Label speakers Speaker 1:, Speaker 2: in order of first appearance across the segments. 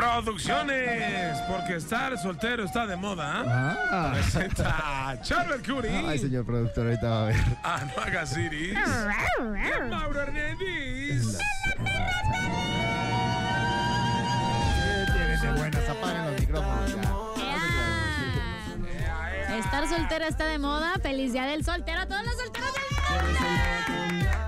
Speaker 1: Producciones, porque estar soltero está de moda. ¿ah? Presenta a Charbel Curry,
Speaker 2: Ay, señor productor, ahorita va a ver.
Speaker 1: a Noaga Ciris, a Mauro Hernández.
Speaker 2: Buenas, apaguen los micrófonos
Speaker 3: Ya. Estar soltera está de moda. Feliz día del soltero a todos los solteros del mundo.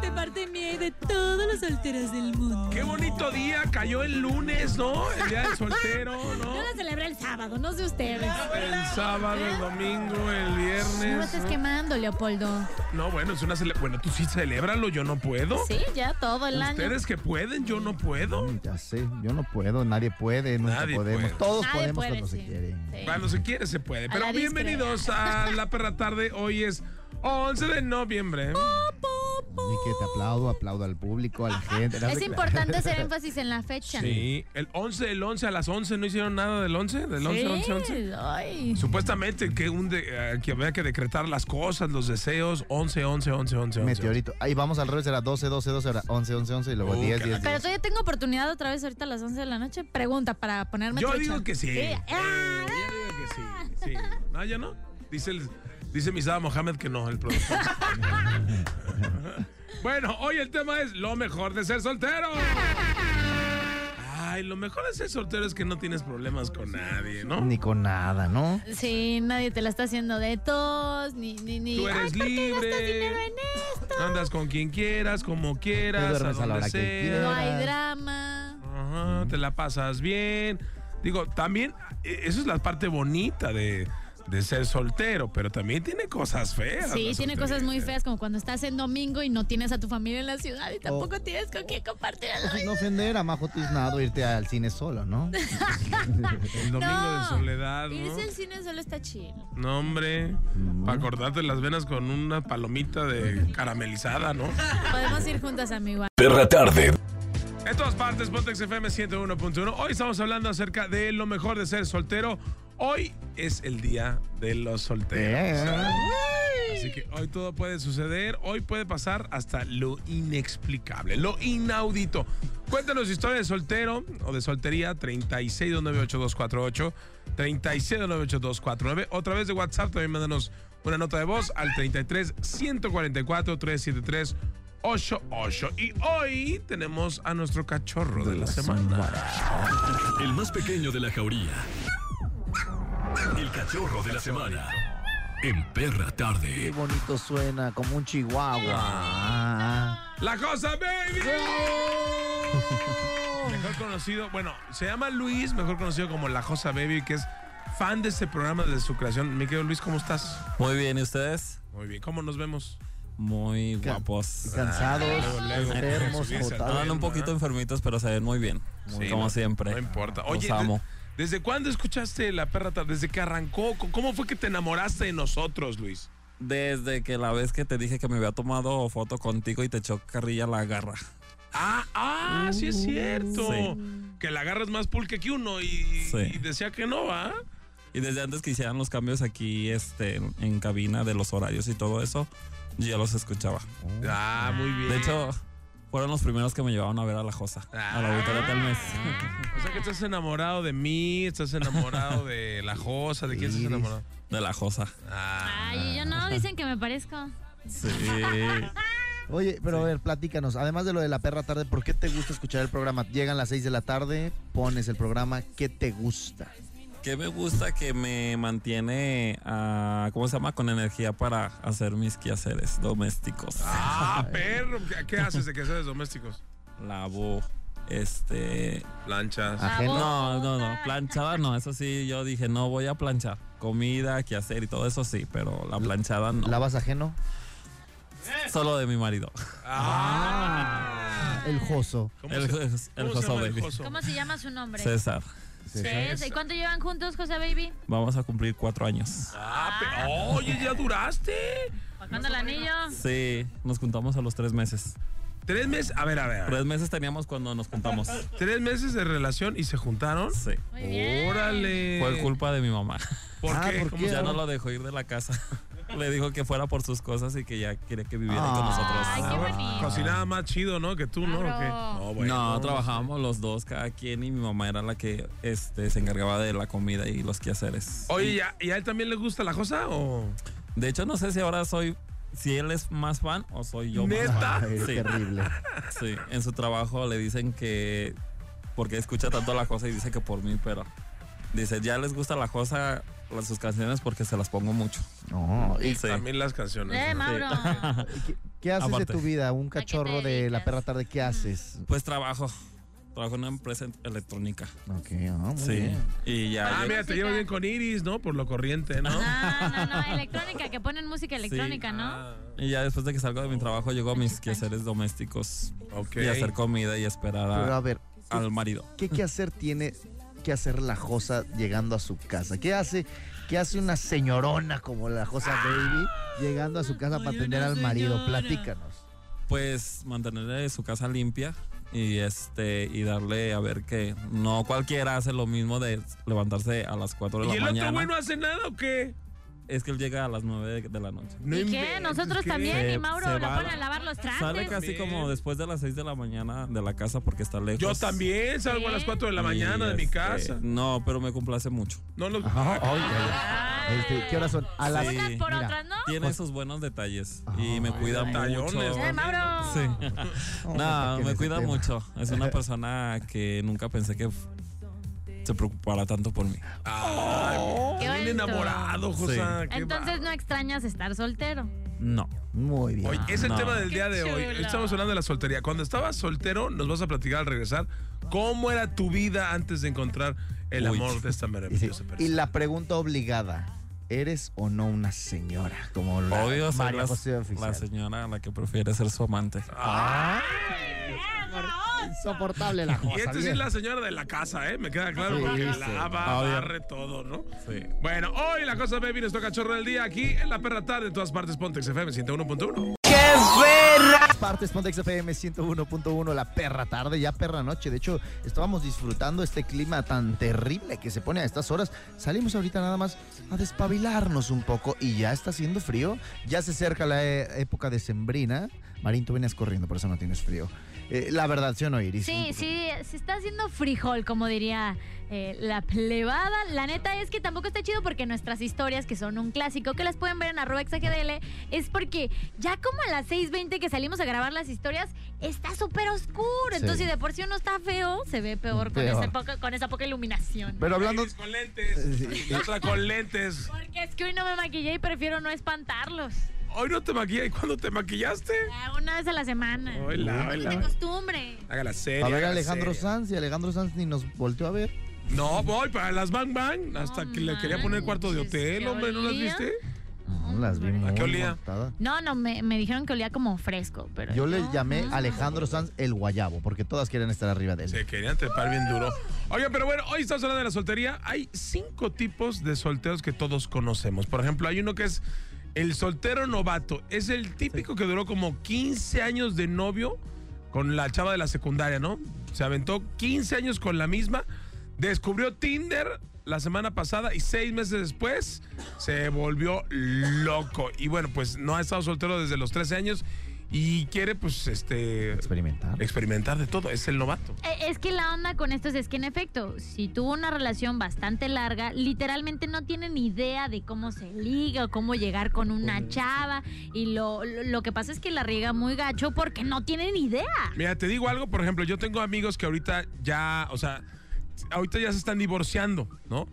Speaker 3: De parte mía y de todos los solteros del mundo.
Speaker 1: Qué bonito día, cayó el lunes, ¿no? El día del soltero, ¿no?
Speaker 3: Yo lo celebré el sábado, no sé ustedes.
Speaker 1: El sábado, el domingo, el
Speaker 3: No pues me
Speaker 1: viernes.
Speaker 3: estés quemando, Leopoldo.
Speaker 1: No, bueno, es una cele- Bueno, tú sí celébralo, yo no puedo.
Speaker 3: Sí, ya todo el año.
Speaker 1: Ustedes que pueden, yo no puedo.
Speaker 2: Ya sé, yo no puedo, nadie puede, nunca
Speaker 1: Nadie
Speaker 2: podemos.
Speaker 1: puede.
Speaker 2: Todos
Speaker 3: Nadie
Speaker 2: podemos
Speaker 3: puede,
Speaker 2: cuando se
Speaker 3: sí.
Speaker 2: quiere.
Speaker 3: Sí.
Speaker 1: Cuando se quiere se puede.
Speaker 3: la
Speaker 1: Pero
Speaker 3: discre.
Speaker 1: bienvenidos a La Perra Tarde. Hoy es 11 de noviembre.
Speaker 2: Y que te aplaudo, aplaudo al público, a la gente. No
Speaker 3: Es
Speaker 2: sé-
Speaker 3: importante hacer énfasis en la fecha.
Speaker 1: Sí, el 11 del 11 a las 11 no hicieron nada del 11, del 11, 11, 11.
Speaker 3: Ay.
Speaker 1: Supuestamente que, un de- eh, que había que decretar las cosas, los deseos, 11, 11, 11, 11, 11.
Speaker 2: Meteorito. Ahí vamos al revés, era 12, 12, 12, ahora 11, 11, 11 y luego
Speaker 1: Uh,
Speaker 2: 10,
Speaker 1: qué
Speaker 2: 10,
Speaker 3: Pero
Speaker 2: 10.
Speaker 3: todavía tengo oportunidad otra vez ahorita a las 11 de la noche. Pregunta para ponerme
Speaker 1: Yo
Speaker 3: trucha.
Speaker 1: digo que sí. Eh,
Speaker 3: Ah,
Speaker 1: yo digo que sí, sí. No, ya no. Dice, el, dice Misada Mohamed que no, el productor. bueno, hoy el tema es lo mejor de ser soltero. Ay, lo mejor de ser soltero es que no tienes problemas con nadie, ¿no?
Speaker 2: Ni con nada, ¿no?
Speaker 3: Sí, nadie te la está haciendo de tos, ni, ni, ni.
Speaker 1: Tú
Speaker 3: Ay,
Speaker 1: eres
Speaker 3: ¿por qué gastas
Speaker 1: libre?
Speaker 3: dinero en esto?
Speaker 1: Andas con quien quieras, como
Speaker 2: Te
Speaker 1: quieras, a
Speaker 2: duermes a
Speaker 1: donde
Speaker 2: la hora
Speaker 3: No
Speaker 2: que
Speaker 1: sea.
Speaker 2: quieras.
Speaker 3: hay drama.
Speaker 1: Ajá, te la pasas bien. Digo, también, eh, esa es la parte bonita de, de ser soltero, pero también tiene cosas feas.
Speaker 3: Sí,
Speaker 1: la
Speaker 3: tiene
Speaker 1: soltería.
Speaker 3: cosas muy feas, como cuando estás en domingo y no tienes a tu familia en la ciudad y
Speaker 1: Oh.
Speaker 3: tampoco tienes con quién compartir.
Speaker 2: Sin Pues ofender a Majo Tiznado, irte al cine solo, ¿no?
Speaker 1: El domingo de soledad, ¿no?
Speaker 3: Irse al cine solo está chido.
Speaker 1: No, hombre.
Speaker 2: Mm.
Speaker 1: Para cortarte las venas con una palomita de caramelizada, ¿no?
Speaker 3: Podemos ir juntas, amigo.
Speaker 4: Perra Tarde.
Speaker 1: En todas partes, Pontex FM 101.1. Hoy estamos hablando acerca de lo mejor de ser soltero. Hoy es el día de los solteros.
Speaker 2: Eh.
Speaker 1: Así que hoy todo puede suceder. Hoy puede pasar hasta lo inexplicable, lo inaudito. Cuéntanos su historia de soltero o de soltería. 3698248. 3698249. Otra vez de WhatsApp, también mándanos una nota de voz al 33 144 373 88. Y hoy tenemos a nuestro cachorro de la semana.
Speaker 4: El más pequeño de la jauría. El cachorro de la semana. En Perra
Speaker 2: Qué
Speaker 4: Tarde.
Speaker 2: bonito suena, como un chihuahua. Ah,
Speaker 1: La cosa, baby. Mejor conocido, bueno, se llama Luis, mejor conocido como La Josa Baby, que es fan de este programa desde su creación. Mi querido Luis, ¿cómo estás?
Speaker 5: Muy bien, ¿y ustedes?
Speaker 1: Muy bien, ¿cómo nos vemos?
Speaker 5: Muy
Speaker 2: Ca-
Speaker 5: guapos.
Speaker 2: Cansados,
Speaker 1: luego,
Speaker 2: enfermos,
Speaker 1: subirse al
Speaker 2: botados.
Speaker 5: Andan un poquito enfermitos, pero se ven muy bien.
Speaker 1: ¿eh? Sí,
Speaker 5: como
Speaker 1: no-
Speaker 5: siempre.
Speaker 1: No importa.
Speaker 5: Los
Speaker 1: Oye, de-
Speaker 5: amo.
Speaker 1: ¿desde cuándo escuchaste La Perra Tarde? ¿Desde que arrancó? Co- ¿Cómo fue que te enamoraste de nosotros, Luis?
Speaker 5: Desde que la vez que te dije que me había tomado foto contigo y te echó carrilla la garra.
Speaker 1: Ah, ah, sí es cierto.
Speaker 5: Uh, Sí.
Speaker 1: Que la agarras más pulque que uno y,
Speaker 5: Sí.
Speaker 1: y decía que no, ¿va?
Speaker 5: Y desde antes que hicieran los cambios aquí este, en, en cabina de los horarios y todo eso, yo ya los escuchaba.
Speaker 1: Ah, muy bien.
Speaker 5: De hecho, fueron los primeros que me llevaron a ver a la Josa. A la auditoría tal mes.
Speaker 1: O sea que estás enamorado de mí, estás enamorado de la Josa, ¿de quién estás
Speaker 2: Iris.
Speaker 1: enamorado?
Speaker 5: De la Josa.
Speaker 1: Ah,
Speaker 3: Ay, yo no, dicen que me parezco.
Speaker 5: Sí.
Speaker 2: Oye, pero a ver, platícanos. Además de lo de la perra tarde, ¿por qué te gusta escuchar el programa? Llegan las 6 de la tarde, pones el programa, ¿qué te gusta?
Speaker 5: Que me gusta que me mantiene, ah, ¿cómo se llama? Con energía para hacer mis quehaceres domésticos.
Speaker 1: ah, perro, ¿qué, qué haces de que seas domésticos?
Speaker 5: Lavo, este...
Speaker 1: Planchas.
Speaker 2: Ajeno.
Speaker 5: No, no, no, planchada no, eso sí, yo dije, no voy a planchar. Comida, quehacer y todo eso sí, pero la planchada no.
Speaker 2: ¿Lavas ajeno?
Speaker 5: Solo de mi marido.
Speaker 1: Ah.
Speaker 2: llama el Joso?
Speaker 1: ¿Cómo
Speaker 5: El,
Speaker 1: se-
Speaker 5: el,
Speaker 1: cómo se
Speaker 5: el Joso
Speaker 1: llama el
Speaker 5: Baby.
Speaker 1: Joso?
Speaker 6: ¿Cómo se llama su nombre?
Speaker 5: César.
Speaker 6: César. ¿Y cuánto llevan juntos, José Baby?
Speaker 5: Vamos a cumplir cuatro años.
Speaker 1: Ah, pe- oye, ya duraste.
Speaker 6: ¿Bajando el anillo?
Speaker 5: Sí, nos juntamos a los tres meses.
Speaker 1: Tres meses. A ver, a ver. a ver.
Speaker 5: Tres meses teníamos cuando nos juntamos.
Speaker 1: Tres meses de relación y se juntaron.
Speaker 5: Sí.
Speaker 6: Muy bien.
Speaker 1: Órale.
Speaker 5: Fue culpa de mi mamá.
Speaker 1: ¿Por
Speaker 2: Ah,
Speaker 1: qué?
Speaker 2: ¿por
Speaker 1: ¿Cómo
Speaker 2: qué?
Speaker 1: se-
Speaker 5: Ya no lo dejó ir de la casa. Le dijo que fuera por sus cosas y que ya quería que viviera
Speaker 2: Ah.
Speaker 5: con nosotros.
Speaker 6: Ay, qué bonito.
Speaker 1: Ah, Cocinaba más chido, ¿no? Que tú, ¿no? ¿O qué?
Speaker 6: Claro.
Speaker 5: no, trabajábamos los dos, cada quien, y mi mamá era la que este, se encargaba de la comida y los quehaceres.
Speaker 1: Oye, ¿y a, y a él también le gusta la cosa o...?
Speaker 5: De hecho, no sé si ahora soy, si él es más fan o soy yo
Speaker 1: ¿Neta?
Speaker 5: más
Speaker 2: Ay,
Speaker 5: fan. Sí,
Speaker 2: terrible.
Speaker 5: sí. En su trabajo le dicen que, porque escucha tanto la cosa y dice que por mí, pero dice, ya les gusta la cosa, las- sus canciones, porque se las pongo mucho.
Speaker 2: No. ¿y
Speaker 5: Sí.
Speaker 1: También las canciones.
Speaker 6: Eh,
Speaker 1: ¿no?
Speaker 6: Mauro.
Speaker 2: ¿Qué, qué haces
Speaker 5: Aparte.
Speaker 2: de tu vida? Un
Speaker 6: qué te
Speaker 2: cachorro de la
Speaker 6: dedicas?
Speaker 2: perra tarde, ¿qué haces?
Speaker 5: Pues trabajo, trabajo en una empresa electrónica.
Speaker 2: Ok, ah, muy
Speaker 5: Sí.
Speaker 2: bien.
Speaker 5: Y ya.
Speaker 1: Ah,
Speaker 5: yo-
Speaker 1: mira, te llevo bien con Iris, ¿no? Por lo corriente, ¿no?
Speaker 6: No, no, Ah, no, electrónica, que ponen música electrónica, ¿no?
Speaker 1: Ah,
Speaker 5: Y ya después de que salgo de mi trabajo, llego a mis quehaceres domésticos
Speaker 1: ok. ah,
Speaker 5: y hacer comida y esperar a-
Speaker 2: Pero a ver,
Speaker 5: al marido.
Speaker 2: ¿qué quehacer tiene que hacer la Josa llegando a su casa? ¿Qué hace, qué hace una señorona como la Josa Baby llegando a su casa para
Speaker 3: Soy
Speaker 2: atender
Speaker 3: una
Speaker 2: al marido?
Speaker 3: señora.
Speaker 2: Platícanos.
Speaker 5: Pues mantener su casa limpia y este y darle a ver que no cualquiera hace lo mismo de levantarse a las 4 de
Speaker 1: ¿Y
Speaker 5: la
Speaker 1: el otro
Speaker 5: mañana.
Speaker 1: güey no hace nada o qué?
Speaker 5: Es que él llega a las 9 de, de la noche.
Speaker 1: No
Speaker 6: ¿Y qué?
Speaker 1: inventes,
Speaker 6: Nosotros
Speaker 1: ¿qué?
Speaker 6: también,
Speaker 5: Se-
Speaker 6: y Mauro
Speaker 5: eh, se
Speaker 6: lo
Speaker 5: va.
Speaker 6: ponen a lavar los
Speaker 2: Ah,
Speaker 5: Sale
Speaker 6: trastes.
Speaker 5: casi
Speaker 1: Bien.
Speaker 5: como después de las 6 de la mañana de la casa porque está lejos.
Speaker 1: Yo también salgo a las 4 de la mañana de mi
Speaker 5: este,
Speaker 1: casa.
Speaker 5: No, pero me complace mucho.
Speaker 1: No lo...
Speaker 2: Ajá, oye, oye. Este, ¿Qué horas son? A las...
Speaker 5: Sí.
Speaker 6: Unas por
Speaker 2: Mira.
Speaker 6: otras, ¿no?
Speaker 5: Tiene esos buenos detalles y me cuida
Speaker 1: Pues detallones,
Speaker 5: mucho.
Speaker 6: ¡Eh, Mauro!
Speaker 5: Sí.
Speaker 2: Vamos a
Speaker 5: No,
Speaker 2: sacar
Speaker 5: me
Speaker 2: ese
Speaker 5: cuida
Speaker 2: tema.
Speaker 5: mucho. Es una persona que nunca pensé que f- se preocupara tanto por mí.
Speaker 1: Ay,
Speaker 6: Qué
Speaker 1: bien
Speaker 6: bonito.
Speaker 1: enamorado, José.
Speaker 5: Sí.
Speaker 1: qué
Speaker 6: Entonces
Speaker 1: bárbaro.
Speaker 6: no extrañas estar soltero.
Speaker 5: No.
Speaker 2: Muy bien.
Speaker 1: Oye, es el
Speaker 5: No.
Speaker 1: tema del
Speaker 6: Qué
Speaker 1: día de hoy.
Speaker 6: chulo.
Speaker 1: Estamos hablando de la soltería. Cuando estabas soltero, nos vas a platicar al regresar cómo era tu vida antes de encontrar el
Speaker 5: Uy.
Speaker 1: amor de esta
Speaker 2: Dice,
Speaker 1: maravillosa
Speaker 2: y
Speaker 1: persona.
Speaker 2: la pregunta obligada, ¿eres o no una señora? Como la
Speaker 5: Obvio, soy
Speaker 2: María
Speaker 5: la,
Speaker 2: José
Speaker 5: la
Speaker 2: Oficial.
Speaker 5: señora a la que prefiere ser su amante. Ah,
Speaker 2: Insoportable la
Speaker 1: Y
Speaker 2: Josa.
Speaker 1: esta sí
Speaker 2: bien.
Speaker 1: es la señora de la casa, ¿eh? Me queda claro
Speaker 2: Sí,
Speaker 1: porque
Speaker 2: sí.
Speaker 1: lava,
Speaker 5: Obvio.
Speaker 1: barre todo, ¿no?
Speaker 5: Sí.
Speaker 1: Bueno, hoy la cosa baby nos toca chorro del día aquí en la perra tarde en todas partes Pontex FM 101.1.
Speaker 2: Partes Pontex FM 101.1, la perra tarde, ya perra noche. De hecho, estábamos disfrutando este clima tan terrible que se pone a estas horas. Salimos ahorita nada más a despabilarnos un poco y ya está haciendo frío. Ya se acerca la eh, época decembrina. Marín, tú venías corriendo, por eso no tienes frío. Eh, la verdad, ¿sí o no, Iris?
Speaker 6: Sí, sí, se está haciendo frijol, como diría eh, la plebada. La neta es que tampoco está chido porque nuestras historias, que son un clásico, que las pueden ver en arroba exagdl, es porque ya como a las 6.20 que salimos a grabar las historias, está súper oscuro.
Speaker 2: Sí.
Speaker 6: Entonces, si de por sí uno está feo, se ve peor,
Speaker 2: Peor.
Speaker 6: Con, esa poca, con esa poca iluminación.
Speaker 2: Pero hablando...
Speaker 1: Iris con lentes, la otra con lentes.
Speaker 6: Porque es que hoy no me maquillé y prefiero no espantarlos.
Speaker 1: Hoy no te maquillé. ¿Y cuándo te maquillaste?
Speaker 6: Ah, Una vez a la semana.
Speaker 1: Hola,
Speaker 6: De
Speaker 1: hola.
Speaker 6: costumbre.
Speaker 1: Haga la serie.
Speaker 2: A ver,
Speaker 1: haga la
Speaker 2: Alejandro
Speaker 1: serie.
Speaker 2: Sanz, y Alejandro Sanz ni nos volteó a ver.
Speaker 1: No, voy para las Bang Bang. Hasta
Speaker 6: No
Speaker 1: que le quería poner cuarto de
Speaker 6: manches,
Speaker 1: hotel,
Speaker 6: ¿qué
Speaker 1: hombre. ¿No las
Speaker 6: olía?
Speaker 1: viste?
Speaker 2: No, las vi
Speaker 1: ¿A
Speaker 2: muy
Speaker 1: qué olía?
Speaker 2: montada.
Speaker 6: No, no, me, me dijeron que olía como fresco, pero.
Speaker 2: Yo le
Speaker 6: no,
Speaker 2: llamé
Speaker 6: no.
Speaker 2: Alejandro Sanz el guayabo, porque todas quieren estar arriba de él.
Speaker 1: Se querían trepar bien duro. Oye, pero bueno, hoy estamos hablando de la soltería. Hay cinco tipos de solteros que todos conocemos. Por ejemplo, hay uno que es el soltero novato. Es el típico que duró como 15 años de novio con la chava de la secundaria, ¿no? Se aventó 15 años con la misma. Descubrió Tinder la semana pasada y seis meses después se volvió loco. Y bueno, pues no ha estado soltero desde los 13 años y quiere, pues, este.
Speaker 2: Experimentar.
Speaker 1: Experimentar de todo, es el novato.
Speaker 6: Eh, Es que la onda con estos es que en efecto, si tuvo una relación bastante larga, literalmente no tienen idea de cómo se liga o cómo llegar con una chava. Y lo, lo, lo que pasa es que la riega muy gacho porque no tienen idea.
Speaker 1: Mira, te digo algo, por ejemplo, yo tengo amigos que ahorita ya, o sea, ahorita ya se están divorciando, ¿no?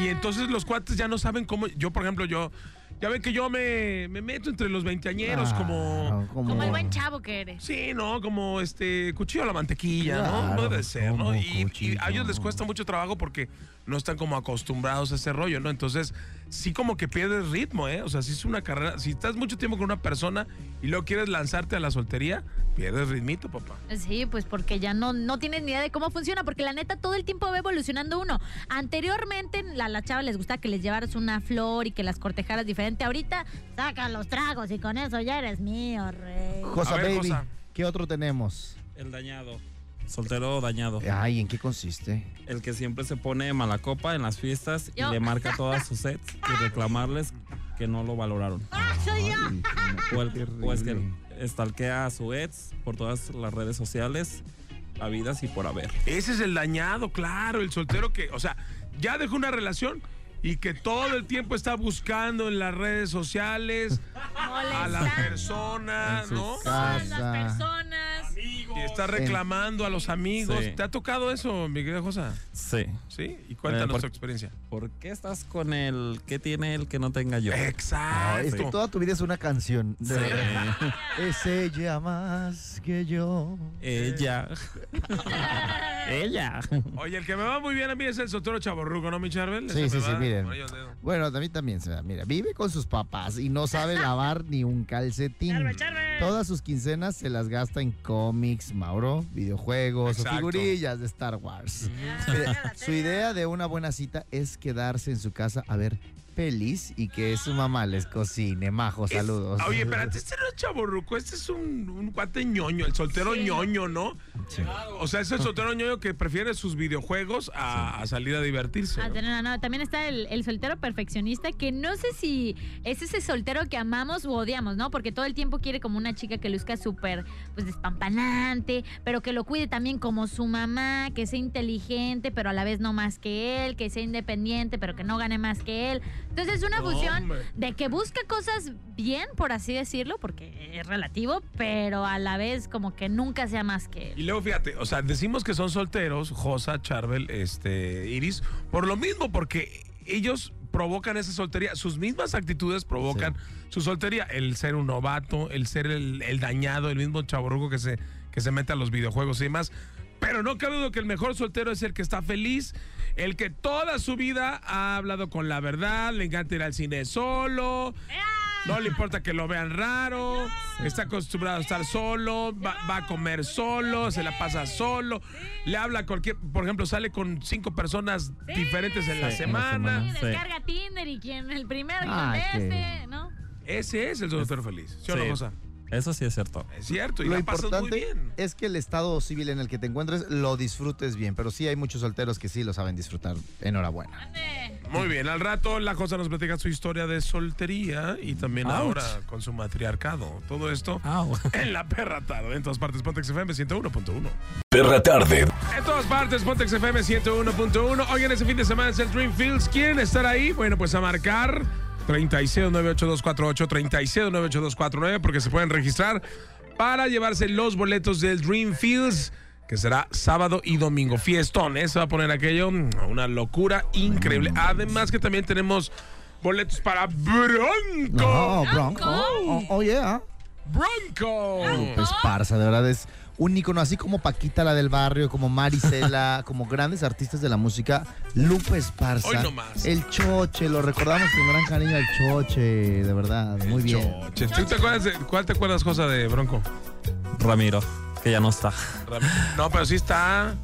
Speaker 1: Y, y entonces los cuates ya no saben cómo. Yo, por ejemplo, yo. Ya ven que yo me, me meto entre los veinteañeros
Speaker 2: Ah,
Speaker 1: como.
Speaker 2: como-
Speaker 6: Como el buen chavo que eres.
Speaker 1: Sí, ¿no? Como este cuchillo a la mantequilla, ¿no?
Speaker 2: Claro,
Speaker 1: Puede ser, ¿no?
Speaker 2: como
Speaker 1: Y, y a ellos les
Speaker 2: cuchillo.
Speaker 1: cuesta mucho trabajo porque no están como acostumbrados a ese rollo, ¿no? Entonces, sí como que pierdes ritmo, ¿eh? O sea, si es una carrera, si estás mucho tiempo con una persona y luego quieres lanzarte a la soltería, pierdes ritmito, papá.
Speaker 6: Sí, pues porque ya no, no tienes ni idea de cómo funciona, porque la neta todo el tiempo va evolucionando uno. Anteriormente a la, la chava les gustaba que les llevaras una flor y que las cortejaras diferente. Ahorita saca los tragos y con eso ya eres mío, rey.
Speaker 2: Cosa
Speaker 1: A ver,
Speaker 2: Baby,
Speaker 1: Josa.
Speaker 2: ¿qué otro tenemos?
Speaker 5: El dañado. Soltero dañado.
Speaker 2: Ay, ¿en qué consiste?
Speaker 5: El que siempre se pone mala copa en las fiestas
Speaker 6: Yo.
Speaker 5: y le marca todas sus sets y reclamarles que no lo valoraron.
Speaker 6: ¡Ah, soy yo!
Speaker 5: O, el, o es que estalquea a su ex por todas las redes sociales, habidas y por haber.
Speaker 1: Ese es el dañado, claro, el soltero que, o sea, ya dejó una relación y que todo el tiempo está buscando en las redes sociales a la
Speaker 6: Molestando.
Speaker 1: persona,
Speaker 2: En su
Speaker 1: ¿no?
Speaker 2: casa.
Speaker 6: Todas las personas.
Speaker 1: Y está reclamando a los amigos.
Speaker 5: Sí.
Speaker 1: ¿Te ha tocado eso, mi querida Josa?
Speaker 5: Sí.
Speaker 1: Sí, y cuéntanos
Speaker 5: Eh, por-
Speaker 1: tu experiencia.
Speaker 5: ¿Por qué estás con el que tiene el que no tenga yo?
Speaker 1: Eh, Exacto.
Speaker 2: Ah, es que toda tu vida es una canción. de
Speaker 5: Sí.
Speaker 2: verdad. Es ella más que yo.
Speaker 5: Ella.
Speaker 1: eh.
Speaker 5: Ella.
Speaker 1: Oye, el que me va muy bien a mí es el soltero chaborruco, ¿no, mi Charbel?
Speaker 2: Sí,
Speaker 1: Ese
Speaker 2: sí,
Speaker 1: me
Speaker 2: sí,
Speaker 1: va.
Speaker 2: miren.
Speaker 1: Bueno, yo dedo.
Speaker 2: Bueno, a mí también se da. Mira, vive con sus papás y no sabe lavar ni un calcetín. Todas sus quincenas se las gasta en cómics, Mauro, videojuegos
Speaker 1: Exacto.
Speaker 2: o figurillas de Star Wars. Eh, su idea de una buena cita es quedarse en su casa a ver pelis y que su mamá les cocine. Majo,
Speaker 1: Es-
Speaker 2: saludos.
Speaker 1: Oye, espérate, este no es chaborruco, este es un, un cuate ñoño, el soltero ñoño, ¿no?
Speaker 2: Sí.
Speaker 1: O sea, es el soltero ñoño que prefiere sus videojuegos a, a salir a divertirse.
Speaker 6: Ah,
Speaker 1: ¿no?
Speaker 6: no, no, no, También está el, el soltero perfeccionista, que no sé si es ese soltero que amamos u odiamos, ¿no? Porque todo el tiempo quiere como una chica que luzca súper, pues, despampanante, pero que lo cuide también como su mamá, que sea inteligente, pero a la vez no más que él, que sea independiente, pero que no gane más que él. Entonces es una fusión
Speaker 1: Hombre.
Speaker 6: de que busca cosas bien, por así decirlo, porque es relativo, pero a la vez como que nunca sea más que él.
Speaker 1: Y luego fíjate, o sea, decimos que son solteros, Josa, Charbel, este, Iris, por lo mismo, porque ellos provocan esa soltería, sus mismas actitudes provocan su soltería, el ser un novato, el ser el, el dañado, el mismo chaborruco que se, que se mete a los videojuegos y demás. Pero no cabe duda que el mejor soltero es el que está feliz, el que toda su vida ha hablado con la verdad, le encanta ir al cine solo, no le importa que lo vean raro, está acostumbrado a estar solo, va, va a comer solo, se la pasa solo, le habla a cualquier, por ejemplo, sale con cinco personas diferentes en la
Speaker 5: Sí, en la
Speaker 1: semana.
Speaker 6: Sí,
Speaker 5: semana.
Speaker 6: descarga Tinder y quien el primero que
Speaker 2: Ah,
Speaker 6: conteste, ¿no?
Speaker 1: Ese es el soltero feliz. ¿Sí o no,
Speaker 5: Sí.
Speaker 1: Josa?
Speaker 5: Eso sí es cierto.
Speaker 1: Es cierto, y
Speaker 2: Lo
Speaker 1: la pasas muy
Speaker 2: importante
Speaker 1: bien.
Speaker 2: es que el estado civil en el que te encuentres lo disfrutes bien, pero sí hay muchos solteros que sí lo saben disfrutar. Enhorabuena.
Speaker 6: Ande.
Speaker 1: Muy bien, al rato la Josa nos platica su historia de soltería y también
Speaker 5: Ouch. Ah.
Speaker 1: ahora con su matriarcado. Todo esto
Speaker 5: Au.
Speaker 1: en la perra tarde. En todas partes, Pontex FM 101.1.
Speaker 4: Perra tarde.
Speaker 1: En todas partes, Pontex FM 101.1. Oigan, ese este fin de semana es el Dream Fields. ¿Quieren estar ahí? Bueno, pues a marcar 3698248, 3698249, porque se pueden registrar para llevarse los boletos del Dream Fields, que será sábado y domingo. Fiestones, se va a poner aquello mm, una locura increíble. Además que también tenemos boletos para Bronco.
Speaker 2: No, Bronco. Oh, oh, yeah.
Speaker 1: Bronco.
Speaker 2: Lupe Esparza, de verdad es un ícono, así como Paquita la del barrio, como Marisela, como grandes artistas de la música, Lupe Esparza.
Speaker 1: Hoy no más.
Speaker 2: El Choche, lo recordamos con gran cariño al Choche, de verdad, muy bien.
Speaker 1: Choche, ¿tú te acuerdas de- ¿Cuál te acuerdas, cosa de Bronco?
Speaker 5: Ramiro, que ya no está.
Speaker 1: No, pero sí está.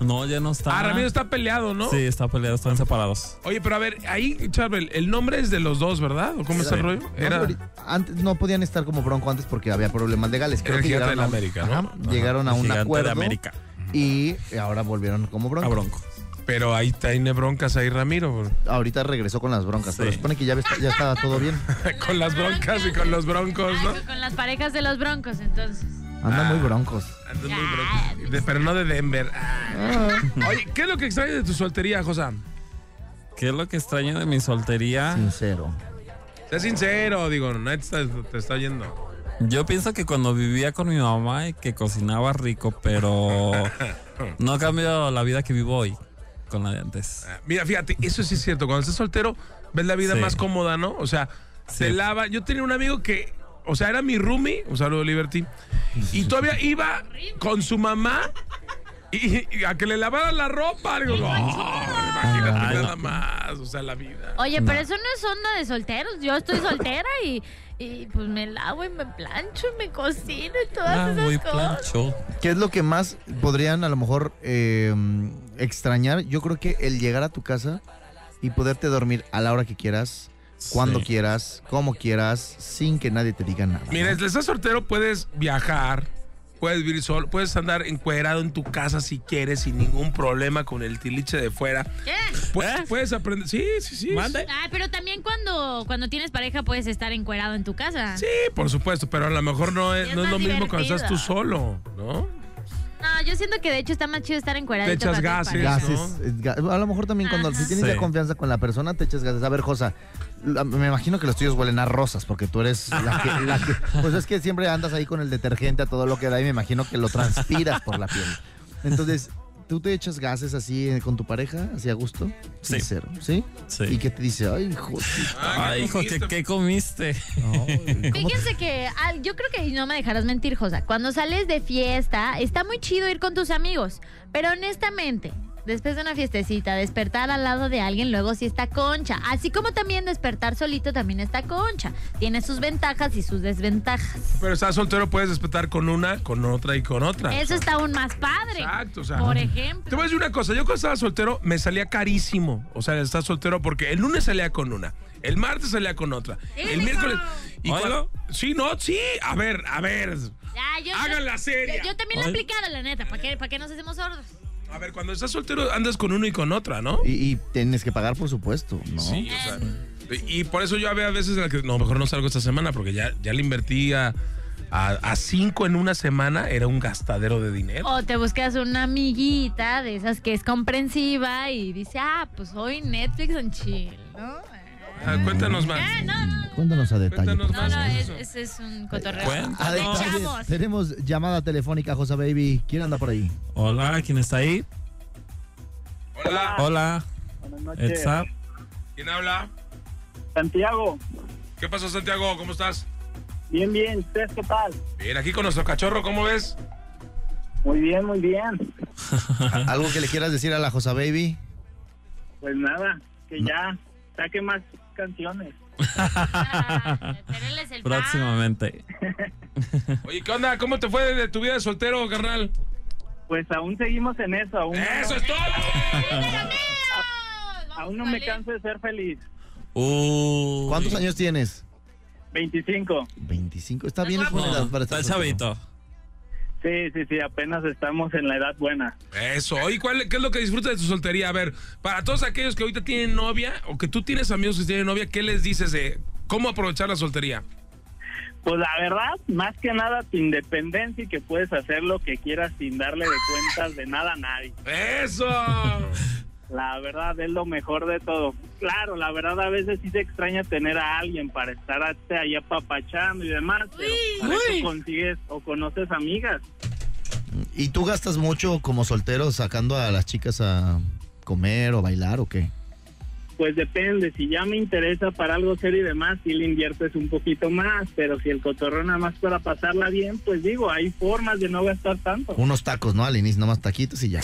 Speaker 5: No, ya no está.
Speaker 1: Ah, Ramiro está peleado, ¿no?
Speaker 5: Sí, está peleado, están separados.
Speaker 1: Oye, pero a ver, ahí, Charbel, el nombre es de los dos, ¿verdad? ¿O cómo está el rollo?
Speaker 2: No,
Speaker 1: Era.
Speaker 2: pero antes no podían estar como Bronco antes porque había problemas legales. Creo
Speaker 1: Era
Speaker 2: que
Speaker 1: gigante de
Speaker 2: llegaron
Speaker 1: la
Speaker 2: a-
Speaker 1: América, ¿no?
Speaker 2: Ajá, Llegaron a
Speaker 5: El
Speaker 2: un
Speaker 5: gigante
Speaker 2: acuerdo
Speaker 5: de América.
Speaker 2: y ahora volvieron como
Speaker 5: A
Speaker 2: Bronco.
Speaker 5: Bronco.
Speaker 1: Pero ahí tiene broncas ahí, Ramiro. bro.
Speaker 2: Ahorita regresó con las broncas,
Speaker 5: Sí.
Speaker 2: pero supone que ya, está- ya estaba todo bien.
Speaker 1: con las broncas y con los broncos,
Speaker 6: Ay,
Speaker 1: ¿no?
Speaker 6: con las parejas de los broncos, entonces.
Speaker 2: Anda
Speaker 1: Ah.
Speaker 2: muy broncos.
Speaker 1: Andan muy broncos. De- pero no de Denver. Ah. Oye, ¿qué es lo que extrañas de tu soltería, José?
Speaker 5: ¿Qué es lo que extraño de mi soltería?
Speaker 2: Sincero.
Speaker 1: Sé sincero, digo, nadie te está, te está yendo.
Speaker 5: Yo pienso que cuando vivía con mi mamá y que cocinaba rico, pero no cambio la vida que vivo hoy con la de antes.
Speaker 1: Ah, Mira, fíjate, eso sí es cierto. Cuando estás soltero, ves la vida
Speaker 5: Sí.
Speaker 1: más cómoda, ¿no? O sea, se
Speaker 5: Sí.
Speaker 1: lava. Yo tenía un amigo que, o sea, era mi roomie, un saludo Liberty, y todavía iba con su mamá y, y a que le lavara la ropa. Le digo, "No, Imagínate
Speaker 5: Ah,
Speaker 1: nada
Speaker 5: no.
Speaker 1: más, o sea, la vida.
Speaker 6: Oye, pero eso no es onda de solteros. Yo estoy soltera y, y, pues me lavo y me plancho y me cocino y todas
Speaker 5: Ah, muy
Speaker 6: esas cosas.
Speaker 5: plancho.
Speaker 2: ¿Qué es lo que más podrían a lo mejor eh, extrañar? Yo creo que el llegar a tu casa y poderte dormir a la hora que quieras, cuando
Speaker 5: Sí.
Speaker 2: quieras, como quieras, sin que nadie te diga nada.
Speaker 1: Mira,
Speaker 2: ¿no?
Speaker 1: si estás soltero, puedes viajar, puedes vivir solo, puedes andar encuerado en tu casa si quieres, sin ningún problema con el tiliche de fuera.
Speaker 6: ¿Qué?
Speaker 1: Pu-
Speaker 5: ¿Eh?
Speaker 1: Puedes aprender. Sí, sí, sí.
Speaker 5: Mande.
Speaker 6: Ah, pero también cuando, cuando tienes pareja puedes estar encuerado en tu casa.
Speaker 1: Sí, por supuesto, pero a lo mejor no es,
Speaker 6: Es
Speaker 1: no es
Speaker 6: más
Speaker 1: lo mismo cuando
Speaker 6: divertido.
Speaker 1: estás tú solo, ¿no?
Speaker 6: No, yo siento que de hecho está más chido estar encuerado.
Speaker 1: Te echas gases.
Speaker 2: Gases. eh, ga- A lo mejor también cuando si tienes
Speaker 5: Sí.
Speaker 2: ya confianza con la persona te echas gases. A ver, Josa, la- me imagino que los tuyos huelen a rosas porque tú eres la que, la que- Pues es que siempre andas ahí con el detergente a todo lo que da y me imagino que lo transpiras por la piel. Entonces, ¿tú te echas gases así eh, con tu pareja, así a gusto?
Speaker 5: Sí.
Speaker 2: Sincero, ¿sí?
Speaker 5: Sí.
Speaker 2: ¿Y qué te dice? Ay, hijo. de-
Speaker 5: Ay, hijo, ¿qué, qué comiste?
Speaker 6: Fíjense que ah, yo creo que y no me dejarás mentir, Josa. Cuando sales de fiesta, está muy chido ir con tus amigos. Pero honestamente, después de una fiestecita, despertar al lado de alguien luego sí está concha. Así como también despertar solito también está concha. Tiene sus ventajas y sus desventajas.
Speaker 1: Pero estás soltero, puedes despertar con una, con otra y con otra.
Speaker 6: Eso está aún más padre.
Speaker 1: Exacto, o sea.
Speaker 6: Por
Speaker 1: Te
Speaker 6: ejemplo.
Speaker 1: voy a decir una cosa, yo cuando estaba soltero me salía carísimo. O sea, estar soltero porque el lunes salía con una, el martes salía con otra, el
Speaker 6: ¡Hijo!
Speaker 1: miércoles. Y
Speaker 5: Oiga.
Speaker 1: cuando- sí, no, sí, a ver, a ver.
Speaker 6: Ya, yo-
Speaker 1: Háganla seria.
Speaker 6: Yo, yo también lo he
Speaker 5: Ay.
Speaker 6: aplicado, la neta. ¿Para qué, para qué nos hacemos sordos?
Speaker 1: A ver, cuando estás soltero andas con uno y con otra, ¿no?
Speaker 2: Y, y tienes que pagar, por supuesto, ¿no?
Speaker 1: Sí, o sea,
Speaker 6: Em,
Speaker 1: y por eso yo había veces en las que no, mejor no salgo esta semana porque ya, ya le invertí a, a, a cinco en una semana, era un gastadero de dinero.
Speaker 6: O te buscas una amiguita de esas que es comprensiva y dice, ah, pues hoy Netflix en chill, ¿no?
Speaker 1: Ah, cuéntanos más.
Speaker 6: Ah, no, no,
Speaker 2: Cuéntanos a detalle.
Speaker 1: Cuéntanos
Speaker 6: no,
Speaker 1: más.
Speaker 6: no,
Speaker 5: eh.
Speaker 1: ¿qué es eso?
Speaker 6: es-
Speaker 1: Ah,
Speaker 6: ese es un cotorreo. Ah,
Speaker 5: Cuenta.
Speaker 6: De
Speaker 2: Además,
Speaker 6: chavos.
Speaker 2: tenemos llamada telefónica, Josa Baby. ¿Quién anda por ahí?
Speaker 5: Hola, ¿quién está ahí?
Speaker 1: Hola,
Speaker 5: Hola,
Speaker 7: Buenas noches.
Speaker 5: what's up?
Speaker 1: ¿quién habla?
Speaker 7: Santiago,
Speaker 1: ¿Qué pasó, Santiago? ¿Cómo estás?
Speaker 7: bien, bien. ¿Ustedes qué tal?
Speaker 1: Bien, aquí con nuestro cachorro, ¿cómo ves?
Speaker 7: Muy bien, muy bien.
Speaker 2: ¿Algo que le quieras decir a la Josa Baby?
Speaker 7: Pues nada, que ya saque más canciones.
Speaker 6: Ah, pero él es el fan.
Speaker 5: Próximamente.
Speaker 1: Oye, ¿qué onda? ¿Cómo te fue de tu vida de soltero, carnal?
Speaker 7: Pues aún seguimos en eso, aún,
Speaker 1: ¡Eso es todo!
Speaker 6: Vamos,
Speaker 7: aún no me
Speaker 6: Vale.
Speaker 7: canso de ser feliz.
Speaker 5: Uy.
Speaker 2: ¿Cuántos años tienes?
Speaker 7: 25.
Speaker 2: 25. Está bien, es
Speaker 6: guapo.
Speaker 2: buena edad
Speaker 5: No,
Speaker 2: para
Speaker 5: está
Speaker 2: estar
Speaker 5: el
Speaker 2: soltero.
Speaker 5: chavito.
Speaker 7: Sí, sí, sí, apenas estamos en la edad buena.
Speaker 1: Eso. Oye, ¿cuál, ¿qué es lo que disfrutas de tu soltería? A ver, para todos aquellos que ahorita tienen novia o que tú tienes amigos que tienen novia, ¿qué les dices de cómo aprovechar la soltería?
Speaker 7: Pues la verdad, más que nada tu independencia y que puedes hacer lo que quieras sin darle de cuentas de nada a nadie.
Speaker 1: ¡Eso!
Speaker 7: La verdad es lo mejor de todo. Claro, la verdad a veces sí se extraña tener a alguien para estar hasta ahí apapachando y demás, pero para eso consigues o conoces amigas.
Speaker 2: ¿Y tú gastas mucho como soltero sacando a las chicas a comer o bailar o qué?
Speaker 7: Pues depende, si ya me interesa para algo serio y demás, sí le inviertes un poquito más, pero si el cotorreo nada más para pasarla bien, pues digo, hay formas de no gastar tanto.
Speaker 2: Unos tacos, ¿no? Al inicio, nomás taquitos y ya.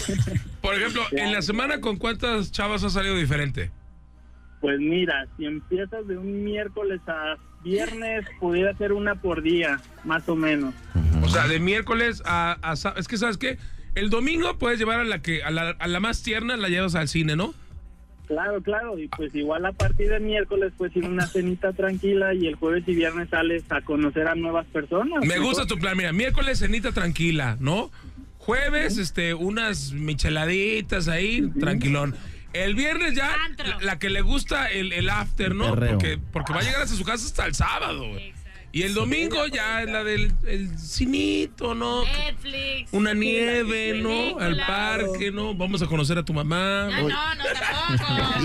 Speaker 1: Por ejemplo, en la semana, ¿con cuántas chavas has salido diferente?
Speaker 7: Pues mira, si empiezas de un miércoles a viernes, pudiera ser una por día, más o menos.
Speaker 1: O sea, de miércoles a, a sa- Es que, ¿sabes qué? El domingo puedes llevar a la, que, a la, a la más tierna, la llevas al cine, ¿no?
Speaker 7: Claro, claro, y pues igual a partir de miércoles pues ir una cenita tranquila y el jueves y viernes sales a conocer a nuevas personas.
Speaker 1: Me gusta tu plan, mira, miércoles cenita tranquila, ¿no? Jueves, este, unas micheladitas ahí, tranquilón. El viernes ya,
Speaker 6: Antro.
Speaker 1: la, la que le gusta el, el after, ¿no?
Speaker 2: Perreo.
Speaker 1: Porque, porque va a llegar hasta su casa hasta el sábado, güey. Y el domingo ya es la del el cinito, ¿no?
Speaker 6: Eh, Netflix.
Speaker 1: Una nieve, ¿no? Al
Speaker 6: Película.
Speaker 1: parque, ¿no? Vamos a conocer a tu mamá.
Speaker 6: Ah, no, no, tampoco.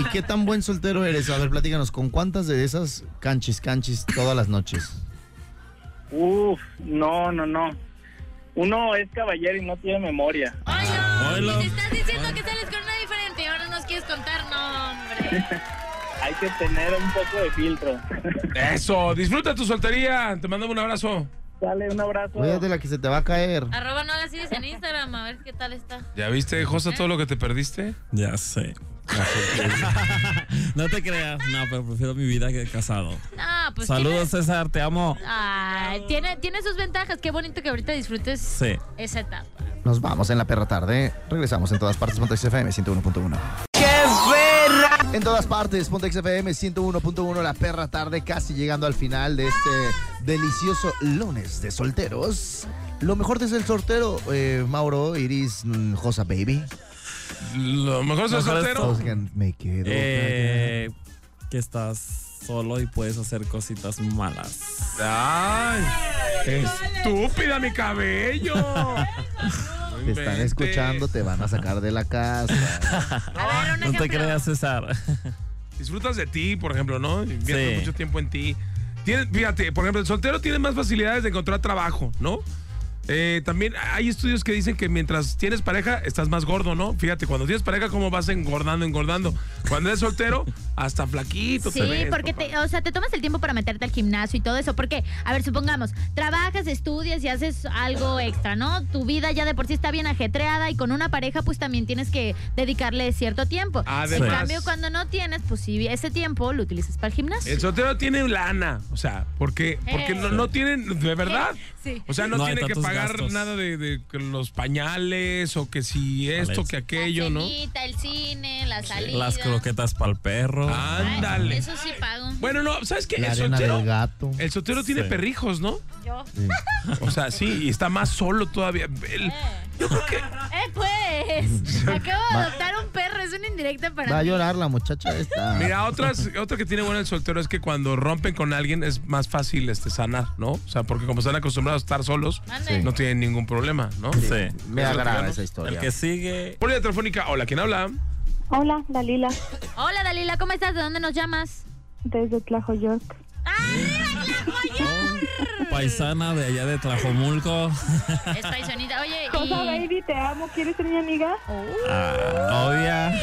Speaker 2: ¿Y qué tan buen soltero eres? A ver, platícanos, ¿con cuántas de esas canchis, canchis todas las noches?
Speaker 7: Uf, no, no, no. Uno es caballero y no tiene memoria.
Speaker 6: Oye,
Speaker 5: Hola.
Speaker 6: te estás diciendo que sales con una diferente y ahora nos quieres contar, no, hombre.
Speaker 7: Hay que tener un poco de filtro.
Speaker 1: Eso, disfruta tu soltería. Te mandamos un abrazo.
Speaker 7: Dale un abrazo.
Speaker 2: Cuídate la que se te va a caer.
Speaker 6: Arroba no la sigues en Instagram, a ver qué tal está.
Speaker 1: ¿Ya viste, Josa, todo lo que te perdiste?
Speaker 5: Ya sé. No te creas, no, pero prefiero mi vida que casado.
Speaker 6: Ah, pues
Speaker 5: Saludos, César, te amo.
Speaker 6: Tiene, Ay, tiene, tiene sus ventajas. Qué bonito que ahorita disfrutes
Speaker 5: Sí.
Speaker 6: esa etapa.
Speaker 2: Nos vamos en la perra tarde. Regresamos en todas partes. Pontex FM 101.1. ¡Qué perra! En todas partes. Pontex FM 101.1. La perra tarde. Casi llegando al final de este delicioso lunes de solteros. Lo mejor desde el soltero, eh, Mauro, Iris, mm, Josa Baby.
Speaker 1: Lo mejor soy
Speaker 5: Mejor es
Speaker 1: soltero.
Speaker 2: Oigan, Me quedo.
Speaker 5: Eh, que estás solo y puedes hacer cositas malas.
Speaker 1: Ay, estúpida mi cabello.
Speaker 2: Te están escuchando, te van a sacar de la casa.
Speaker 6: A ver, un
Speaker 5: No te
Speaker 6: ejemplo.
Speaker 5: creas, César.
Speaker 1: Disfrutas de ti, por ejemplo, ¿no? Inviertes
Speaker 5: Sí.
Speaker 1: mucho tiempo en ti. Tienes- fíjate, por ejemplo, el soltero tiene más facilidades de encontrar trabajo, ¿no? Eh, también hay estudios que dicen que mientras tienes pareja estás más gordo, ¿no? Fíjate, cuando tienes pareja, cómo vas engordando, engordando. Cuando eres soltero, hasta flaquito te
Speaker 6: Sí,
Speaker 1: ves,
Speaker 6: porque
Speaker 1: papá.
Speaker 6: te, o sea, te tomas el tiempo para meterte al gimnasio y todo eso. Porque, a ver, supongamos, trabajas, estudias y haces algo extra, ¿no? Tu vida ya de por sí está bien ajetreada y con una pareja, pues también tienes que dedicarle cierto tiempo.
Speaker 1: Además-
Speaker 6: en cambio, cuando no tienes, pues sí, ese tiempo lo utilizas para el gimnasio.
Speaker 1: El soltero tiene lana, o sea, porque, porque
Speaker 6: Eh.
Speaker 1: no, no tienen, de verdad. Pues
Speaker 6: Sí.
Speaker 1: O sea, no,
Speaker 5: No hay
Speaker 1: tiene que
Speaker 5: tantos
Speaker 1: pagar
Speaker 5: gastos.
Speaker 1: nada de, de que los pañales o que si esto,
Speaker 5: Alex.
Speaker 1: que aquello,
Speaker 6: la
Speaker 1: ¿no?
Speaker 6: cenita, el cine, la salida.
Speaker 5: Las croquetas para el perro.
Speaker 1: Ah, Ándale.
Speaker 6: Eso sí pago.
Speaker 1: Bueno, no, ¿sabes qué?
Speaker 2: La
Speaker 1: El
Speaker 2: arena
Speaker 1: soltero,
Speaker 2: del gato.
Speaker 1: el soltero tiene
Speaker 5: Sí.
Speaker 1: perrijos, ¿no?
Speaker 6: Yo.
Speaker 1: O sea, sí, y está más solo todavía. El- yo creo que
Speaker 6: Eh, pues. Acabo de adoptar un perro. Es una indirecta para
Speaker 2: Va a
Speaker 6: mí.
Speaker 2: llorar la muchacha esta.
Speaker 1: Mira, otras, otra que tiene bueno el soltero es que cuando rompen con alguien es más fácil este, sanar, ¿no? O sea, porque como están acostumbrados a estar solos,
Speaker 6: Mande.
Speaker 1: no tienen ningún problema, ¿no?
Speaker 5: Sí.
Speaker 2: me
Speaker 1: eso
Speaker 2: agrada
Speaker 1: digamos.
Speaker 2: esa
Speaker 5: El
Speaker 2: historia.
Speaker 5: que sigue.
Speaker 1: Por telefónica, hola, ¿quién habla?
Speaker 8: Hola, Dalila,
Speaker 6: Hola, Dalila, ¿cómo estás? ¿De dónde nos llamas?
Speaker 8: desde Tlajoyork.
Speaker 5: Paisana de allá de Tlajomulco.
Speaker 6: Es traicionita. Oye,
Speaker 8: Cosa
Speaker 6: y...
Speaker 8: baby, te amo. ¿Quieres ser mi amiga?
Speaker 5: Ah, obvia.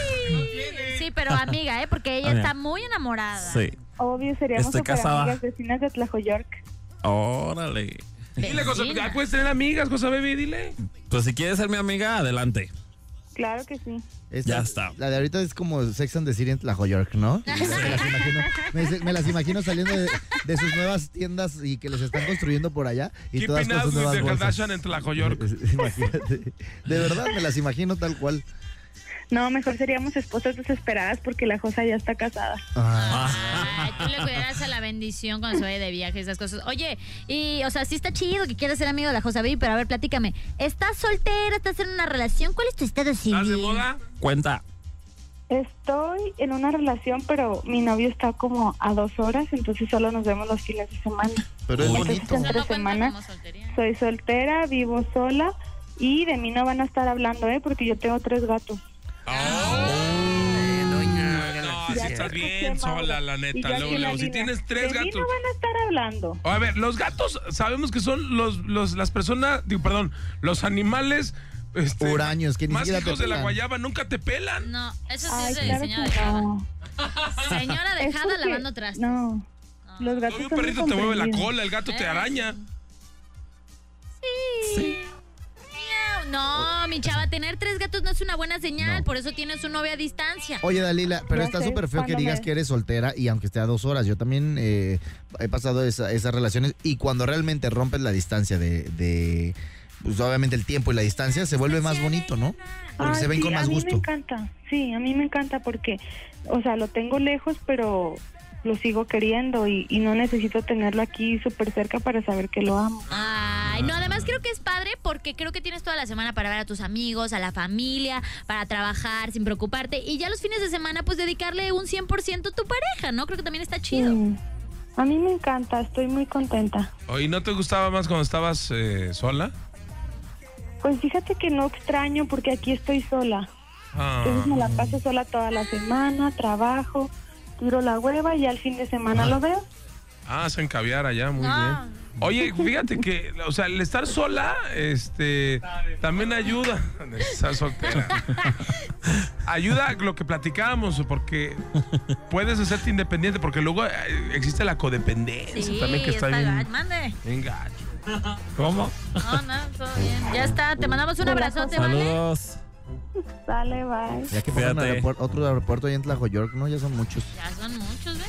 Speaker 6: Sí, pero amiga, ¿eh? Porque ella
Speaker 5: Amiga.
Speaker 6: está muy enamorada.
Speaker 5: Sí.
Speaker 8: Obvio, seríamos
Speaker 5: Estoy
Speaker 8: super
Speaker 5: casada.
Speaker 8: amigas vecinas de Tlajoyork.
Speaker 5: Órale.
Speaker 1: Dile, cosa,
Speaker 6: Vecina.
Speaker 1: ya puedes tener amigas, cosa baby, dile.
Speaker 5: Pues si quieres ser mi amiga, adelante.
Speaker 8: Claro que sí.
Speaker 2: Esta-
Speaker 5: Ya está.
Speaker 2: La de ahorita es como Sex and the City en Tlajoyork, ¿no? Me las imagino, me, se- me las imagino saliendo de, de sus nuevas tiendas y que les están construyendo por allá y todas
Speaker 1: Keeping
Speaker 2: con
Speaker 1: up
Speaker 2: sus
Speaker 1: with
Speaker 2: nuevas
Speaker 1: the
Speaker 2: bolsas.
Speaker 1: Kardashian en Tlacoyork.
Speaker 2: Imagínate. De verdad, me las imagino tal cual.
Speaker 8: No, mejor seríamos esposas desesperadas porque la Josa ya está casada.
Speaker 2: Ah,
Speaker 6: Ay, tú le cuidarás a la bendición cuando se vaya de viaje y esas cosas. Oye, y, o sea, sí está chido que quieras ser amigo de la Josa Baby, pero a ver, platícame. ¿Estás soltera? ¿Estás en una relación? ¿Cuál es tu estado
Speaker 1: ¿Estás
Speaker 6: civil?
Speaker 1: de moda?
Speaker 5: Cuenta.
Speaker 8: Estoy en una relación, pero mi novio está como a dos horas, entonces solo nos vemos los fines de semana.
Speaker 2: pero es
Speaker 5: Uy.
Speaker 8: Entonces,
Speaker 2: bonito.
Speaker 8: entre semana soy soltera, vivo sola y de mí no van a estar hablando, ¿eh? Porque yo tengo tres gatos.
Speaker 1: Oh. No, si
Speaker 8: Ah. Ya te
Speaker 1: estás
Speaker 8: escuché,
Speaker 1: bien
Speaker 8: Mauro.
Speaker 1: sola, la
Speaker 8: Y yo
Speaker 1: neta.
Speaker 8: aquí
Speaker 1: Luego,
Speaker 8: en la
Speaker 1: luego, si
Speaker 8: línea.
Speaker 1: tienes tres
Speaker 8: de mí
Speaker 1: gatos.
Speaker 8: no van a estar hablando.
Speaker 1: A ver, los gatos sabemos que son los, los las personas, digo, perdón, los animales este,
Speaker 2: Huraños, que ni
Speaker 1: más
Speaker 2: siquiera
Speaker 1: hijos
Speaker 2: te
Speaker 1: de la
Speaker 2: pelan.
Speaker 1: guayaba nunca te pelan.
Speaker 6: No, eso sí
Speaker 8: Ay,
Speaker 6: es de
Speaker 8: claro
Speaker 6: señora
Speaker 8: que
Speaker 6: dejada.
Speaker 8: no.
Speaker 6: Señora
Speaker 8: Es
Speaker 6: dejada
Speaker 8: porque-
Speaker 6: lavando trastes. Ah.
Speaker 8: No. Los gatos
Speaker 1: Obvio, un
Speaker 8: son muy
Speaker 1: perrito te mueve la
Speaker 8: comprendidos.
Speaker 1: cola, el gato te
Speaker 6: Eh,
Speaker 1: araña.
Speaker 6: Miau. No, mi chava, tener tres gatos no es una buena señal, por eso tienes un novio a distancia.
Speaker 2: Oye, Dalila, pero
Speaker 8: Ya
Speaker 2: está
Speaker 8: sé,
Speaker 2: súper feo que
Speaker 8: cuando
Speaker 2: digas
Speaker 8: me-
Speaker 2: que eres soltera y aunque esté a dos horas. Yo también eh, he pasado esa- esas relaciones y cuando realmente rompes la distancia de, de, pues obviamente el tiempo y la distancia, se vuelve más bonito, ¿no? Porque
Speaker 8: Ay,
Speaker 2: se ven
Speaker 8: sí,
Speaker 2: con más
Speaker 8: a mí me
Speaker 2: gusto.
Speaker 8: encanta, sí, a mí me encanta porque, o sea, lo tengo lejos, pero lo sigo queriendo y, y no necesito tenerlo aquí súper cerca para saber que lo amo.
Speaker 6: Ay, no, además creo que es padre porque creo que tienes toda la semana para ver a tus amigos, a la familia, para trabajar sin preocuparte y ya los fines de semana pues dedicarle un 100% a tu pareja, ¿no? Creo que también está chido.
Speaker 8: Sí. A mí me encanta, estoy muy contenta.
Speaker 1: Oye, ¿no te gustaba más cuando estabas eh, sola?
Speaker 8: Pues fíjate que no extraño porque aquí estoy sola.
Speaker 1: Ah.
Speaker 8: Entonces me la paso sola toda la semana, trabajo, tiro la hueva y al fin de semana lo veo.
Speaker 1: Ah, hacen caviar allá, muy
Speaker 6: Ah.
Speaker 1: bien. Oye, fíjate que, o sea, el estar sola, este, también ayuda. Estar soltera. Ayuda a lo que platicábamos, porque puedes hacerte independiente, porque luego eh, existe la codependencia también que está,
Speaker 6: gacho.
Speaker 1: bien,
Speaker 6: Mande.
Speaker 1: bien gacho.
Speaker 5: ¿Cómo?
Speaker 6: No, no, todo bien. Ya está, te mandamos un abrazote, ¿vale?
Speaker 5: Saludos.
Speaker 8: Sale, bye.
Speaker 2: Ya que pongan
Speaker 5: Fíjate.
Speaker 2: aeropuer- otro aeropuerto ahí en Tlajoyork, ¿no? Ya son muchos.
Speaker 6: Ya son muchos, ¿ves?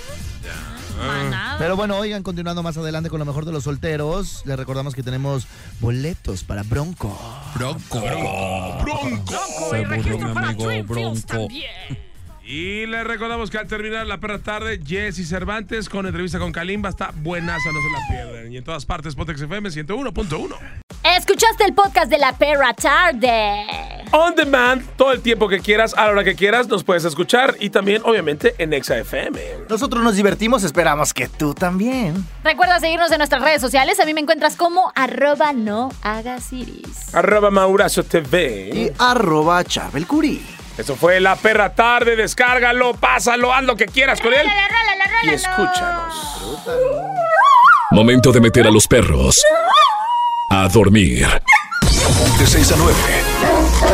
Speaker 6: Más nada.
Speaker 2: Pero bueno, oigan, continuando más adelante con lo mejor de los solteros, les recordamos que tenemos boletos para Bronco.
Speaker 5: Bronco.
Speaker 1: Bronco.
Speaker 5: Se burló mi amigo Bronco.
Speaker 1: Y les recordamos que al terminar la perra tarde, Jesse Cervantes con entrevista con Kalimba está buenaza, no se la pierdan. Y en todas partes, Potex FM 101.1.
Speaker 6: Escuchaste el podcast de la perra tarde.
Speaker 1: On demand, todo el tiempo que quieras, a la hora que quieras, nos puedes escuchar y también, obviamente, en Exa FM.
Speaker 2: Nosotros nos divertimos, esperamos que tú también.
Speaker 6: Recuerda seguirnos en nuestras redes sociales. A mí me encuentras como arroba no hagas iris.
Speaker 1: Arroba Maurazo TV.
Speaker 2: Y arroba Chabel Curi.
Speaker 1: Eso fue la perra tarde. Descárgalo, pásalo, haz lo que quieras con él. Y escúchanos.
Speaker 4: Momento de meter a los perros a dormir. De 6 a 9.